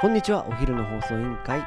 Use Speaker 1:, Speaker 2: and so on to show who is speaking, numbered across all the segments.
Speaker 1: こんにちはお昼の放送委員会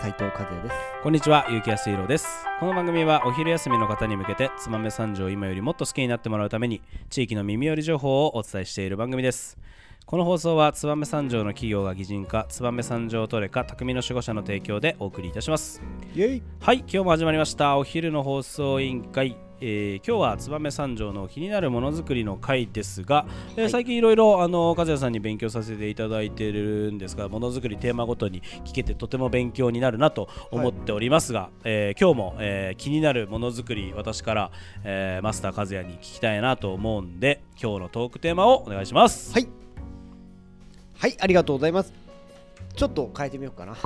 Speaker 1: 斉藤和也です
Speaker 2: こんにちは、ゆうきやすいろうです。この番組はお昼休みの方に向けて、つまめ三条を今よりもっと好きになってもらうために、地域の耳寄り情報をお伝えしている番組です。この放送は、つばめ三条の企業が擬人化、つばめ三条トレカ、匠の守護者の提供でお送りいたします。
Speaker 1: イエイ
Speaker 2: はい、今日も始まりました、お昼の放送委員会。えー今日はつばめ三条の気になるものづくりの回ですが、えー
Speaker 1: はい
Speaker 2: 最近いろいろあの和也さんに勉強させていただいてるんですがものづくりテーマごとに聞けてとても勉強になるなと思っておりますが、えー今日も、えー気になるものづくり私から、えーマスター和也に聞きたいなと思うんで今日のトークテーマをお願いします、
Speaker 1: はいはいありがとうございますちょっと変えてみようかな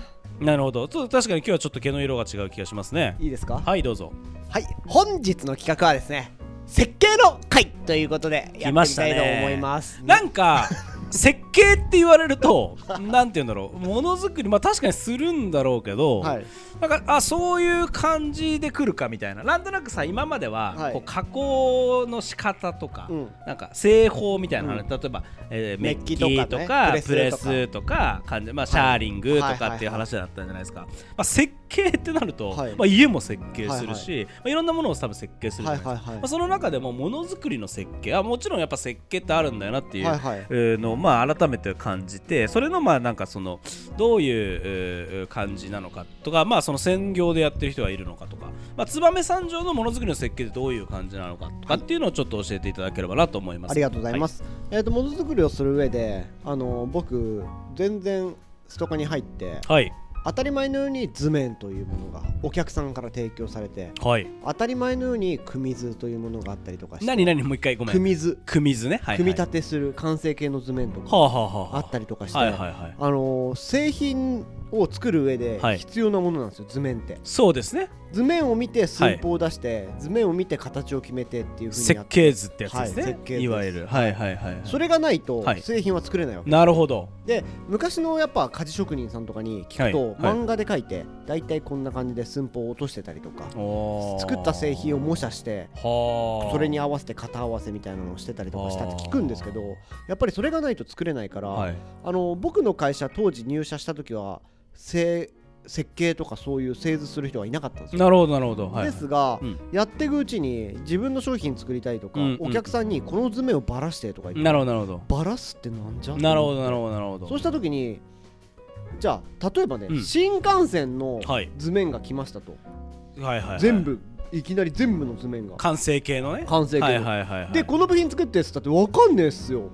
Speaker 2: なるほどちょっと確かに今日はちょっと毛の色が違う気がしますね
Speaker 1: いいですか
Speaker 2: はいどうぞ
Speaker 1: はい本日の企画はですね設計の会ということでや
Speaker 2: 来
Speaker 1: って
Speaker 2: ま
Speaker 1: い
Speaker 2: し
Speaker 1: き
Speaker 2: た
Speaker 1: た
Speaker 2: ね
Speaker 1: いと思います
Speaker 2: なんか設計って言われるとなんて言うんだろうものづくりまあ確かにするんだろうけど、
Speaker 1: はい
Speaker 2: なんかあそういう感じで来るかみたいななんとなくさ今までは、
Speaker 1: はい
Speaker 2: こう加工の仕方とか、
Speaker 1: うん
Speaker 2: なんか製法みたいな、
Speaker 1: うん
Speaker 2: 例えば、えー
Speaker 1: メ
Speaker 2: メ
Speaker 1: ッ
Speaker 2: ッ
Speaker 1: キ
Speaker 2: キ
Speaker 1: と
Speaker 2: と
Speaker 1: かね
Speaker 2: か,、
Speaker 1: プ
Speaker 2: プ
Speaker 1: レ
Speaker 2: レ
Speaker 1: スとか
Speaker 2: スとか感じ、まあ、シャーリングと
Speaker 1: はいはい
Speaker 2: か
Speaker 1: は
Speaker 2: っ
Speaker 1: い
Speaker 2: ていう話だったじゃないですか、まあ、設計ってなると、
Speaker 1: はい
Speaker 2: まあ、家も設計するし、いまあ、いろんなものを多分設計するじゃないですか、
Speaker 1: はいはいはい
Speaker 2: まあ、その中でもものづくりの設計はもちろんやっぱ設計ってあるんだよなっていう、
Speaker 1: はいはい
Speaker 2: えーのまあ、改めて感じてそれのまあなんかそのどういうえー感じなのかとか、まあ、その専業でやってる人がいるのかとか、まあ、燕三条のものづくりの設計ってどういう感じなのかとかっていうのをちょっと教えていただければなと思います。、
Speaker 1: ありがとうございますす、えっ、とものづくりをする上であの僕全然ストカに入って
Speaker 2: はい
Speaker 1: 当たり前のように図面というものがお客さんから提供されて
Speaker 2: はい、
Speaker 1: 当たり前のように組図というものがあったりとかして
Speaker 2: 何何もう一回ごめん
Speaker 1: 組図
Speaker 2: 組図ね、はいはい、
Speaker 1: 組み立てする完成形の図面とか
Speaker 2: はあ、はあはあ、
Speaker 1: あったりとかして、
Speaker 2: はいはいはい
Speaker 1: あのー製品を作る上で
Speaker 2: はい
Speaker 1: 必要なものなんですよ、図面って
Speaker 2: そうですね
Speaker 1: 図面を見て寸法を出して、図面を見て形を決めてっていうふうにや
Speaker 2: 設
Speaker 1: って
Speaker 2: 計図ってやつですね、
Speaker 1: はい
Speaker 2: い
Speaker 1: 設計図、
Speaker 2: わゆるはいはいはい、はい、
Speaker 1: それがないと
Speaker 2: はい
Speaker 1: 製品は作れないわけ、
Speaker 2: なるほど
Speaker 1: で昔のやっぱ鍛冶職人さんとかに聞くと、
Speaker 2: はいはい
Speaker 1: 漫画で描いて大体こんな感じで寸法を落としてたりとか
Speaker 2: おー
Speaker 1: 作った製品を模写して
Speaker 2: はあ
Speaker 1: それに合わせて型合わせみたいなのをしてたりとかしたって聞くんですけどやっぱりそれがないと作れないから、
Speaker 2: はい
Speaker 1: あの僕の会社当時入社した時はせ設計とかそういう製図する人はいなかったんですよ。
Speaker 2: なるほどなるほど、はい、
Speaker 1: ですが、
Speaker 2: うん
Speaker 1: やっていくうちに自分の商品作りたいとか、
Speaker 2: うんうん
Speaker 1: お客さんにこの図面をばらしてとか言って
Speaker 2: なるほどなるほ
Speaker 1: バラすってなんじゃ
Speaker 2: どなるほどなるほどなるほど
Speaker 1: そうした時にじゃあ例えばね、
Speaker 2: うん
Speaker 1: 新幹線の
Speaker 2: はい
Speaker 1: 図面が来ましたと、
Speaker 2: はいはいはい
Speaker 1: 全部いきなり全部の図面が
Speaker 2: 完成形のね
Speaker 1: 完成形の
Speaker 2: はいはいはい、はい、
Speaker 1: でこの部品作ってっつったって分かんねえっすよ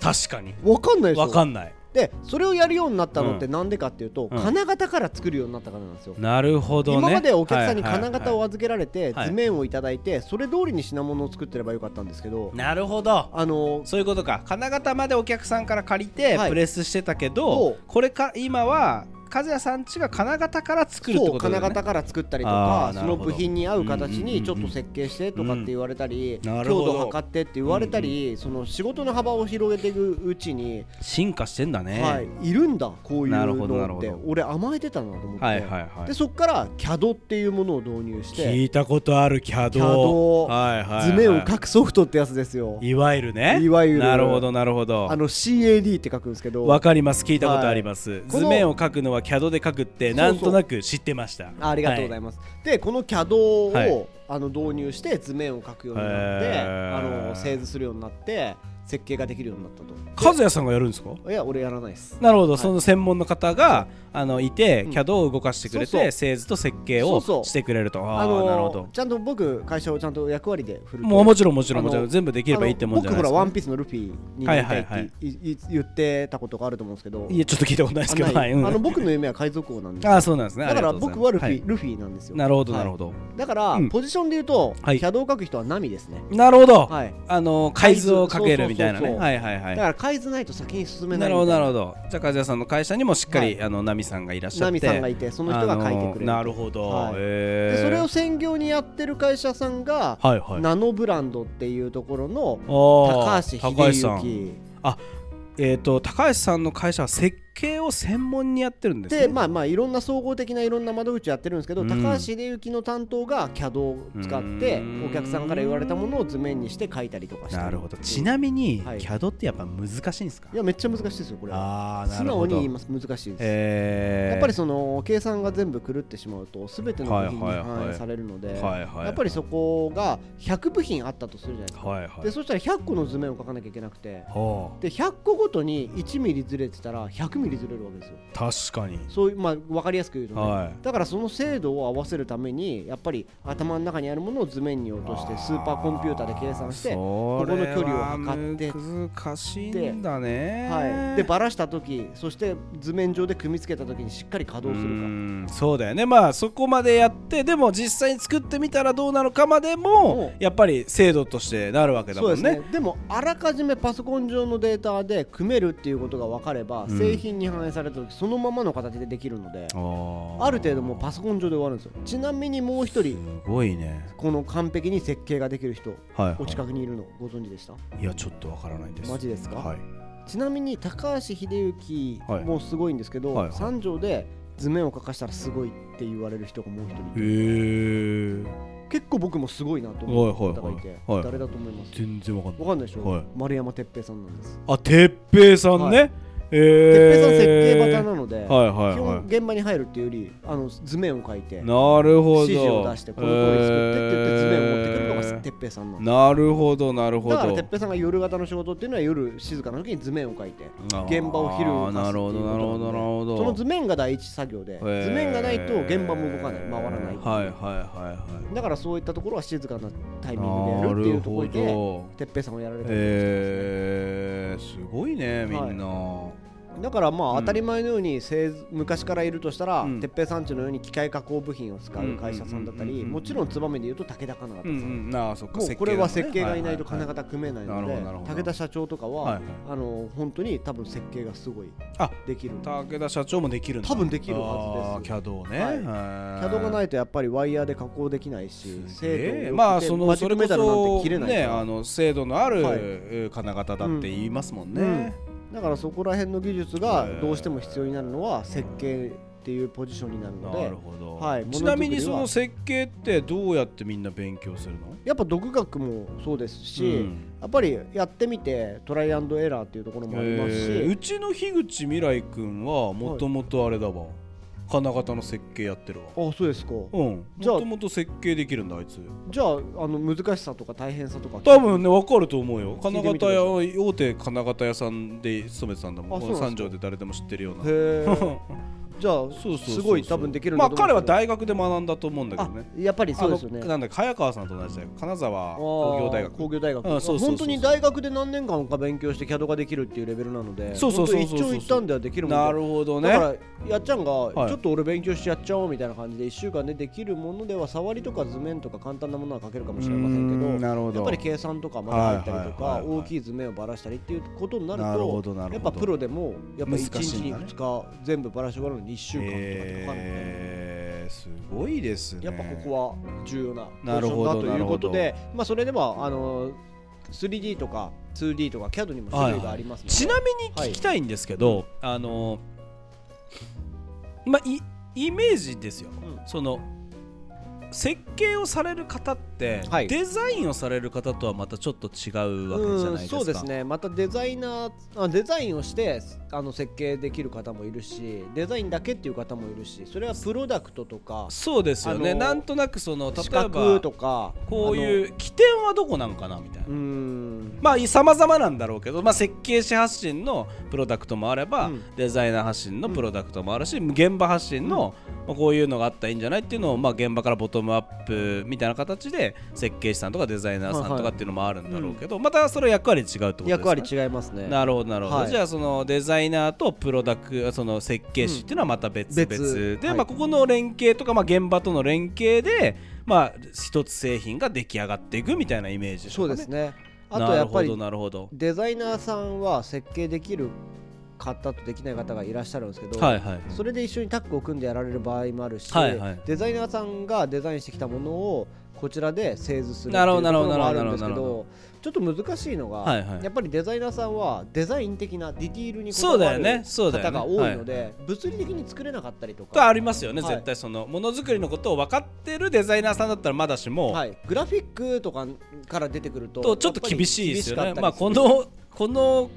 Speaker 2: 確かに
Speaker 1: 分かんないですよ
Speaker 2: わかんない
Speaker 1: でそれをやるようになったのってなんでかっていうと、
Speaker 2: ん
Speaker 1: 金型から作るようになったからなんですよ、
Speaker 2: なるほどね
Speaker 1: 今までお客さんに金型を
Speaker 2: はいはいは
Speaker 1: 預けられて
Speaker 2: はい
Speaker 1: 図面をいただいてそれ通りに品物を作ってればよかったんですけど
Speaker 2: いなるほど
Speaker 1: あの
Speaker 2: そういうことか金型までお客さんから借りて
Speaker 1: はい
Speaker 2: プレスしてたけ
Speaker 1: そ
Speaker 2: ど、
Speaker 1: う
Speaker 2: これか今は和也さんちが金型から作るって
Speaker 1: そう
Speaker 2: ことだ
Speaker 1: 金
Speaker 2: よね
Speaker 1: 型から作ったりと
Speaker 2: あ
Speaker 1: か
Speaker 2: ー
Speaker 1: そ
Speaker 2: なる
Speaker 1: の
Speaker 2: ほど
Speaker 1: 部品に合う形にちょっ
Speaker 2: うんうんうん
Speaker 1: と
Speaker 2: うん
Speaker 1: 設計してとかって言われたり
Speaker 2: うんな
Speaker 1: 強
Speaker 2: るほど
Speaker 1: 度を測ってって言われたりその仕事の幅を広げていくうちに
Speaker 2: 進化してんだね、
Speaker 1: はいいるんだこういう
Speaker 2: なるほどなる
Speaker 1: のっ
Speaker 2: ほ
Speaker 1: て
Speaker 2: ど
Speaker 1: 俺甘えてたなと思っ
Speaker 2: はい、はい
Speaker 1: て
Speaker 2: はい
Speaker 1: でそっから CAD っていうものを導入して
Speaker 2: 聞いたことある CAD,
Speaker 1: CAD
Speaker 2: はいはいはい、
Speaker 1: 図面を描くソフトってやつですよ。
Speaker 2: いわゆるね
Speaker 1: いわゆる
Speaker 2: なるほどなるほど
Speaker 1: あの CAD って書くんですけど
Speaker 2: わ。かります聞いたことあります、
Speaker 1: この
Speaker 2: 図面を描くのは CAD で描くって
Speaker 1: そうそう
Speaker 2: なんとなく知ってました
Speaker 1: あありがとうございます。でこの CAD を、
Speaker 2: はい
Speaker 1: あの導入して図面を書くようになって、
Speaker 2: へ
Speaker 1: あ
Speaker 2: ー
Speaker 1: の製図するようになって設計ができるようになったと。
Speaker 2: はい、和也さんがやるんですか
Speaker 1: いや俺やらないです。
Speaker 2: なるほど、
Speaker 1: はい
Speaker 2: その専門の方があのいて、
Speaker 1: うん
Speaker 2: CAD を動かしてくれて
Speaker 1: そうそう
Speaker 2: 製図と設計
Speaker 1: そう
Speaker 2: を
Speaker 1: そう
Speaker 2: してくれるとああ
Speaker 1: の
Speaker 2: なるほど
Speaker 1: ちゃんと僕会社をちゃんと役割で振ると。
Speaker 2: もうもちろんもちろんもち
Speaker 1: あ
Speaker 2: ろ
Speaker 1: の
Speaker 2: ん全部できればいいってもんじゃない
Speaker 1: あの
Speaker 2: です
Speaker 1: 僕ほら「ワ
Speaker 2: か
Speaker 1: ンピースのルフィになりたいって、
Speaker 2: はいはいはい
Speaker 1: いい言ってたことがあると思うんですけど
Speaker 2: いやちょっと聞いたことないですけど
Speaker 1: あない
Speaker 2: はいうん
Speaker 1: あの僕の夢は海賊王なんですよ
Speaker 2: ああそうなんですね
Speaker 1: だから
Speaker 2: ありがとう
Speaker 1: 僕
Speaker 2: ご
Speaker 1: は
Speaker 2: ざい
Speaker 1: ル
Speaker 2: ま
Speaker 1: フ
Speaker 2: す
Speaker 1: ィ,、
Speaker 2: は
Speaker 1: ル
Speaker 2: い
Speaker 1: フィなんですよ
Speaker 2: なるほど
Speaker 1: はい
Speaker 2: なるほど、
Speaker 1: だから、
Speaker 2: うん
Speaker 1: ポジションで言うと、
Speaker 2: はい
Speaker 1: CAD を書く人はナミですね。
Speaker 2: なるほど、
Speaker 1: はい。
Speaker 2: あの改図を
Speaker 1: 改
Speaker 2: か
Speaker 1: 図
Speaker 2: けるみたいな
Speaker 1: そう
Speaker 2: ね
Speaker 1: そうそう
Speaker 2: はいはいは
Speaker 1: だ
Speaker 2: い
Speaker 1: から改図ないと先に進めな
Speaker 2: ない
Speaker 1: み
Speaker 2: る
Speaker 1: た
Speaker 2: ほ
Speaker 1: い
Speaker 2: どなるほどじゃあ和也さんの会社にもしっかり、
Speaker 1: は
Speaker 2: あのナミさんがいらっしゃ
Speaker 1: ナ
Speaker 2: っ
Speaker 1: ミ
Speaker 2: て
Speaker 1: さんがいてその人が書いてくれる、
Speaker 2: あのーなるほど、
Speaker 1: はい
Speaker 2: え
Speaker 1: でそれを専業にやってる会社さんが、
Speaker 2: はいはい
Speaker 1: ナノブランドっていうところの
Speaker 2: 高
Speaker 1: 高橋秀
Speaker 2: さん
Speaker 1: 幸
Speaker 2: えっ、と高橋さんの会社は設計を専門にやってるんですね
Speaker 1: でまあまあいろんな総合的ないろんな窓口やってるんですけど、
Speaker 2: うん
Speaker 1: 高橋秀幸の担当が CAD を使って
Speaker 2: うん
Speaker 1: お客さんから言われたものを図面にして書いたりとかして
Speaker 2: なるほどち
Speaker 1: い
Speaker 2: なみに、
Speaker 1: はい
Speaker 2: CAD ってやっぱ難しいんですか
Speaker 1: やめっちゃ難しいですよこれは
Speaker 2: ああな
Speaker 1: 素
Speaker 2: る
Speaker 1: 直
Speaker 2: ほ
Speaker 1: に言い
Speaker 2: ど
Speaker 1: ます難しいです、
Speaker 2: えー
Speaker 1: やっぱりその計算が全部狂ってしまうと全ての部品に
Speaker 2: はいはいはい
Speaker 1: 反映されるので、
Speaker 2: はいはいはい
Speaker 1: やっぱりそこが100部品あったとするじゃないですか、
Speaker 2: はいはい
Speaker 1: でそしたら100個の図面を書かなきゃいけなくて
Speaker 2: は
Speaker 1: で100個ごとに1ミリずれてたら100ミリずれるわけですよ
Speaker 2: あ確かに
Speaker 1: そういうまあ分かりやすく言うとね、
Speaker 2: はい
Speaker 1: だからその精度を合わせるためにやっぱり頭の中にあるものを図面に落としてスーパーコンピューターで計算して
Speaker 2: あー
Speaker 1: ここの距離を測って
Speaker 2: それは難しいんだね
Speaker 1: はい、でバラした時そして図面上で組み付けた時にしっかり稼働す
Speaker 2: う
Speaker 1: る
Speaker 2: んそうだよねまあそこまでやってでも実際に作ってみたらどうなのかまでも
Speaker 1: もう
Speaker 2: やっぱり精度としてなるわけ
Speaker 1: か
Speaker 2: だ
Speaker 1: そう
Speaker 2: も
Speaker 1: で
Speaker 2: ん
Speaker 1: す
Speaker 2: ね
Speaker 1: ねでもあらかじめパソコン上のデータで組めるっていうことが分かれば、
Speaker 2: うん
Speaker 1: 製品に反映された時そのままの形でできるので
Speaker 2: あー
Speaker 1: ある程度もうパソコン上で終わるんですよちなみにもう一
Speaker 2: す
Speaker 1: 人
Speaker 2: ごいね
Speaker 1: この完璧に設計ができる人
Speaker 2: はい、
Speaker 1: お近
Speaker 2: は
Speaker 1: くにいるのご存知でした
Speaker 2: い、いやちょっとわからないです
Speaker 1: マジですか、
Speaker 2: はい
Speaker 1: ちなみに高橋秀幸
Speaker 2: はい
Speaker 1: もすごいんですけど、
Speaker 2: はいはい
Speaker 1: 三条で図面を書かしたらすごいって言われる人がもう一人い
Speaker 2: へえ
Speaker 1: て
Speaker 2: ー、
Speaker 1: 結構僕もすごいなと思う方がいて、
Speaker 2: はいはいはいはい
Speaker 1: 誰だと思います
Speaker 2: 全然わかんない
Speaker 1: わかんないでしょ、
Speaker 2: はい
Speaker 1: 丸山哲平さんなんです
Speaker 2: あてっぺいさんね、
Speaker 1: は
Speaker 2: え
Speaker 1: 哲
Speaker 2: ー、
Speaker 1: 平さん設計バタなので、
Speaker 2: はいはい
Speaker 1: 基
Speaker 2: は
Speaker 1: 本現場に入るっていうよりあの図面を書いて
Speaker 2: いなるほど
Speaker 1: 指示を出してこの通り作ってって言って図面を持ってくるの
Speaker 2: えー
Speaker 1: が哲平さんなんです
Speaker 2: なるほどなるほど
Speaker 1: だから哲平さんが夜型の仕事っていうのは夜静かな時に図面を書いて現場を昼動かすっていうこと
Speaker 2: あーなるほどなるほどなるほど
Speaker 1: その図面が第一作業で図
Speaker 2: へー
Speaker 1: 面がないと現場も動かない回らないっていう
Speaker 2: はいはいはいはい
Speaker 1: だからそういったところは静かなタイミングでや
Speaker 2: な
Speaker 1: るってい
Speaker 2: る
Speaker 1: うとこ
Speaker 2: ほ
Speaker 1: ろで
Speaker 2: ど
Speaker 1: 哲平さんをやられてる
Speaker 2: えー、すごいねみんな、
Speaker 1: だからま
Speaker 2: う
Speaker 1: あ
Speaker 2: ん
Speaker 1: 当たり前のように製図昔からいるとしたら
Speaker 2: うん
Speaker 1: 哲平さんちのように機械加工部品を使う会社さんだった
Speaker 2: うんうんうん
Speaker 1: り
Speaker 2: うん
Speaker 1: もちろん燕で言うと武田金型さ
Speaker 2: うん
Speaker 1: ん
Speaker 2: うんなあそっか
Speaker 1: もうこれは設計
Speaker 2: だも
Speaker 1: が
Speaker 2: んね
Speaker 1: いないと金
Speaker 2: は
Speaker 1: 型組めない
Speaker 2: な
Speaker 1: の
Speaker 2: るほど
Speaker 1: で
Speaker 2: なるほど
Speaker 1: 武田社長とか
Speaker 2: はいは
Speaker 1: はいあの本当に多分設計がすごい
Speaker 2: あ
Speaker 1: できる
Speaker 2: いはい武田社長もできるんだ
Speaker 1: 多分できるはずです
Speaker 2: あー CAD をね、
Speaker 1: はい CAD がないいとやっぱりワイヤーで加工できないし精度を良
Speaker 2: まあ
Speaker 1: くて
Speaker 2: その
Speaker 1: マジ
Speaker 2: そ
Speaker 1: ック
Speaker 2: れこ
Speaker 1: メダルなん
Speaker 2: そ
Speaker 1: て切れないか
Speaker 2: ね
Speaker 1: ら
Speaker 2: あの精度のある、
Speaker 1: はい
Speaker 2: えー金型だって言いますもんね、
Speaker 1: うんだからそこら辺の技術がどうしても必要になるのは設計っていうポジションになるの
Speaker 2: な
Speaker 1: で
Speaker 2: るほど、
Speaker 1: はい
Speaker 2: ちなみに
Speaker 1: ものづく
Speaker 2: そ
Speaker 1: りは
Speaker 2: の設計ってどうやってみんな勉強するの
Speaker 1: やっぱ独学もそうですし、
Speaker 2: うん
Speaker 1: やっぱりやってみてトライアンドエラーっていうところもありますし、
Speaker 2: えーうちの樋口未来君はもともとあれだわ、金型の設計やってるわ
Speaker 1: あそうですか
Speaker 2: うんも
Speaker 1: じゃあ
Speaker 2: ともと設計できるんだあいつ
Speaker 1: じゃああの難しさとか大変さとか
Speaker 2: 多分ね分かると思うよ金
Speaker 1: いてみて
Speaker 2: 型屋大手金型屋さんで勤めてたんだも
Speaker 1: あ
Speaker 2: ん
Speaker 1: そ
Speaker 2: こ
Speaker 1: う
Speaker 2: の
Speaker 1: なんですか
Speaker 2: 三条で誰でも知ってるような
Speaker 1: へ
Speaker 2: そう
Speaker 1: え じゃあ
Speaker 2: そうそう
Speaker 1: すごい多分できるん
Speaker 2: ま
Speaker 1: だと
Speaker 2: あ
Speaker 1: 思うん
Speaker 2: 彼は
Speaker 1: です
Speaker 2: 大学で学んだと思うんだ
Speaker 1: け
Speaker 2: け
Speaker 1: ど
Speaker 2: どね
Speaker 1: あやっぱりそうですよね
Speaker 2: あのなんだ早川さんと同じだよ金沢
Speaker 1: あー
Speaker 2: 工業大学
Speaker 1: 工業大学
Speaker 2: うんそうそうそうそう
Speaker 1: 本当に大学で何年間か勉強して CAD ができるっていうレベルなので
Speaker 2: そうそうそうそ
Speaker 1: 本
Speaker 2: う
Speaker 1: 当一長一短ではできるもんで
Speaker 2: なるほどね
Speaker 1: だからやっちゃんが、
Speaker 2: い
Speaker 1: ちょっと俺勉強してやっちゃおうみたいな感じで1週間でできるものでは触りとか図面とか簡単なものは書けるかもしれませんけ
Speaker 2: うー
Speaker 1: ど
Speaker 2: んなるほど
Speaker 1: やっぱり計算とかまで入ったりとか、
Speaker 2: はいはいはいはい
Speaker 1: 大きい図面をばらしたりっていうことになると
Speaker 2: なるほどなるほど
Speaker 1: やっぱプロでもやっぱ1
Speaker 2: 難し
Speaker 1: 日
Speaker 2: いん
Speaker 1: に
Speaker 2: だね
Speaker 1: 2日全部ばらし終わるのに1週間とかでかかるので。
Speaker 2: えーすごいですね
Speaker 1: やっぱここは重要な
Speaker 2: なるほど
Speaker 1: ポジションだということで、まあ、それではあの 3D とか 2D とか CAD にも種類がありますので、
Speaker 2: ちなみに聞きたいんですけど、あのまあいイメージですよ、
Speaker 1: うん
Speaker 2: その設計をされる方って、
Speaker 1: はい
Speaker 2: デザインをされる方とはまたちょっと違うわけじゃないですか
Speaker 1: うんそうですねまたデザイナーあデザインをしてあの設計できる方もいるしデザインだけっていう方もいるしそれはプロダクトとか
Speaker 2: そうですよね
Speaker 1: あの
Speaker 2: なんとなくその例
Speaker 1: 資
Speaker 2: えば
Speaker 1: 格とか
Speaker 2: こういうう起点はどこなんかなみたいな、
Speaker 1: うん
Speaker 2: まあ様々なんだろうけど、まあ、設計士発信のプロダクトもあれば、
Speaker 1: うん
Speaker 2: デザイナー発信のプロダクトもあるし、現場発信の、まあこういうのがあったらいいんじゃないっていうのを、まあ、現場からボトムアップみたいな形で設計士さんとかデザイナーさんとかっていうのもあるんだろうけど、またそれは役割違うってことですね
Speaker 1: 役割違いますね
Speaker 2: なるほどなるほど、
Speaker 1: はい
Speaker 2: じゃあそのデザイナーとプロダクその設計士っていうのはまた別
Speaker 1: うん
Speaker 2: 々、
Speaker 1: 別
Speaker 2: で、
Speaker 1: はい
Speaker 2: まあ、ここの連携とか、まあ、現場との連携で、まあ、一つ製品が出来上がっていくみたいなイメージでしょ
Speaker 1: そう
Speaker 2: うか
Speaker 1: で
Speaker 2: ね
Speaker 1: すねあとやっぱり
Speaker 2: なるほどなるほ
Speaker 1: デザイナーさんは設計できる方とできない方がいらっしゃるんですけど、
Speaker 2: どはいはい
Speaker 1: それで一緒にタッグを組んでやられる場合もあるし、
Speaker 2: はいはい
Speaker 1: デザイナーさんがデザインしてきたものをこちらで製図するってい
Speaker 2: な
Speaker 1: う
Speaker 2: るほ
Speaker 1: と
Speaker 2: ど
Speaker 1: ころもあるん
Speaker 2: なる
Speaker 1: で
Speaker 2: ほ
Speaker 1: すけ
Speaker 2: どなるほ
Speaker 1: どちょっと難しいのが、
Speaker 2: はいはい
Speaker 1: やっぱりデザイナーさんはデザイン的なディティールにこ
Speaker 2: そう
Speaker 1: だ
Speaker 2: だ
Speaker 1: わ
Speaker 2: よ
Speaker 1: る
Speaker 2: ねそうだよね
Speaker 1: 方が多いので、物理的に作れなかったりと
Speaker 2: と
Speaker 1: か、
Speaker 2: ありますよね、
Speaker 1: はい
Speaker 2: 絶対そのものづくりのことを分かってるデザイナーさんだったらまだしも、
Speaker 1: はい、グラフィックとかから出てくると
Speaker 2: とちょっと厳しいですよ
Speaker 1: や
Speaker 2: ね
Speaker 1: っぱり
Speaker 2: まあ
Speaker 1: 厳しか
Speaker 2: こ
Speaker 1: ったりする
Speaker 2: のこの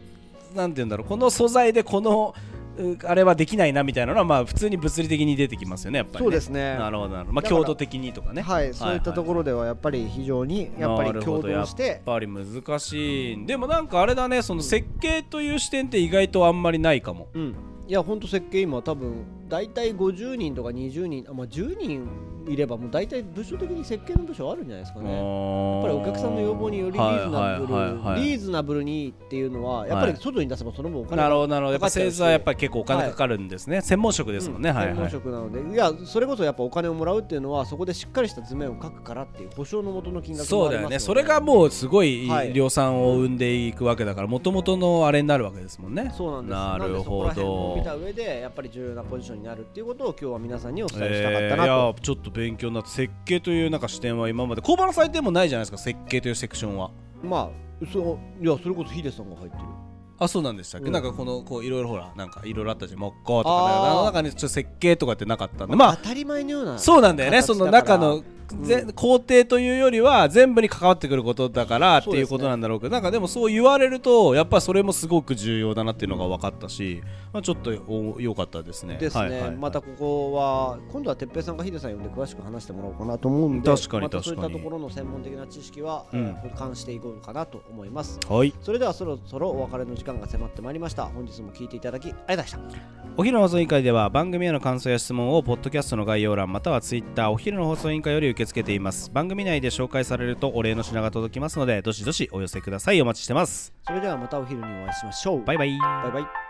Speaker 2: なんて言うんだろうこの素材でこのうあれはできないなみたいなのはまあ普通に物理的に出てきますよねやっぱり、ね、
Speaker 1: そうですね
Speaker 2: なるほどなるほどまあ
Speaker 1: だから
Speaker 2: 強度的にとかね
Speaker 1: はい、そういったところではやっぱり非常にやっぱり共闘し
Speaker 2: やってぱり難しいでもなんかあれだねその設計という視点って意外とあんまりないかも
Speaker 1: うん、いや本当設計今多分大体50人とか20人あ、まあ、10人いればもう大体部署的に設計の部署あるんじゃないですか
Speaker 2: や
Speaker 1: ねやっぱりお客さんの要望によりリーズナブル、リーズナブルにっていうのはやっぱり外に出せばその分お金が
Speaker 2: なるほどなるほどやっぱ
Speaker 1: かかっちゃう
Speaker 2: 製
Speaker 1: し
Speaker 2: 造はやっぱり結構お金かかるんですね、専門職ですもんね、
Speaker 1: うん
Speaker 2: はい
Speaker 1: 専
Speaker 2: は
Speaker 1: 門
Speaker 2: い
Speaker 1: 職なので、いやそれこそやっぱお金をもらうっていうのはそこでしっかりした図面を書くからっていう保証の元の金額も
Speaker 2: そ
Speaker 1: あ
Speaker 2: う
Speaker 1: ります
Speaker 2: だよ
Speaker 1: の
Speaker 2: ね
Speaker 1: で
Speaker 2: それがもうすごい
Speaker 1: はい
Speaker 2: 量産を生んでいくわけだからもともとのあれになるわけですもんね
Speaker 1: そうなんです
Speaker 2: なるほ
Speaker 1: なんでそこら辺も見た
Speaker 2: ど
Speaker 1: 上でやっぱり重要なポジションになるっていうことを今日は皆さんにお伝えしたかっ
Speaker 2: え
Speaker 1: た
Speaker 2: ー、
Speaker 1: ないと、
Speaker 2: やちょっと勉強になって設計というなんか視点は今まで小腹されてもないじゃないですか設計というセクションは
Speaker 1: まあそういやそれこそヒデさんが入ってる
Speaker 2: あそうなんでしたっけ、
Speaker 1: うん
Speaker 2: なんかこのこういろいろほらなんかいろいろあったじゃん木工とか
Speaker 1: あー
Speaker 2: あの中にちょっと設計とかってなかったんでまあ
Speaker 1: 当たり前のような
Speaker 2: そうなんだよね、
Speaker 1: 形
Speaker 2: その
Speaker 1: だから
Speaker 2: 中の、ぜ
Speaker 1: うん
Speaker 2: 工程というよりは全部に関わってくることだからって
Speaker 1: そう
Speaker 2: い
Speaker 1: で
Speaker 2: う
Speaker 1: すね
Speaker 2: ことなんだろうけど、なんかでもそう言われるとやっぱそれもすごく重要だなっていうのが分かったし、まあ、ちょっとお良かったですね。
Speaker 1: ですね、
Speaker 2: はいはいはい
Speaker 1: またここは今度は哲平さんかヒデさん呼んで詳しく話してもらおうかなと思うんで
Speaker 2: 確かに
Speaker 1: またそういった
Speaker 2: 確か
Speaker 1: と
Speaker 2: に
Speaker 1: ころの専門的な知識は、
Speaker 2: うん
Speaker 1: えー保管していこうかなと思います
Speaker 2: はい、
Speaker 1: それではそろそろお別れの時間が迫ってまいりました本日も聞いていただきありがとうございました
Speaker 2: お昼の放送委員会では番組への感想や質問をポッドキャストの概要欄またはツイッターお昼の放送委員会より受け付けています番組内で紹介されるとお礼の品が届きますのでどしどしお寄せくださいお待ちしてます
Speaker 1: それではまたお昼にお会いしましょう
Speaker 2: バイバイ
Speaker 1: バイバイ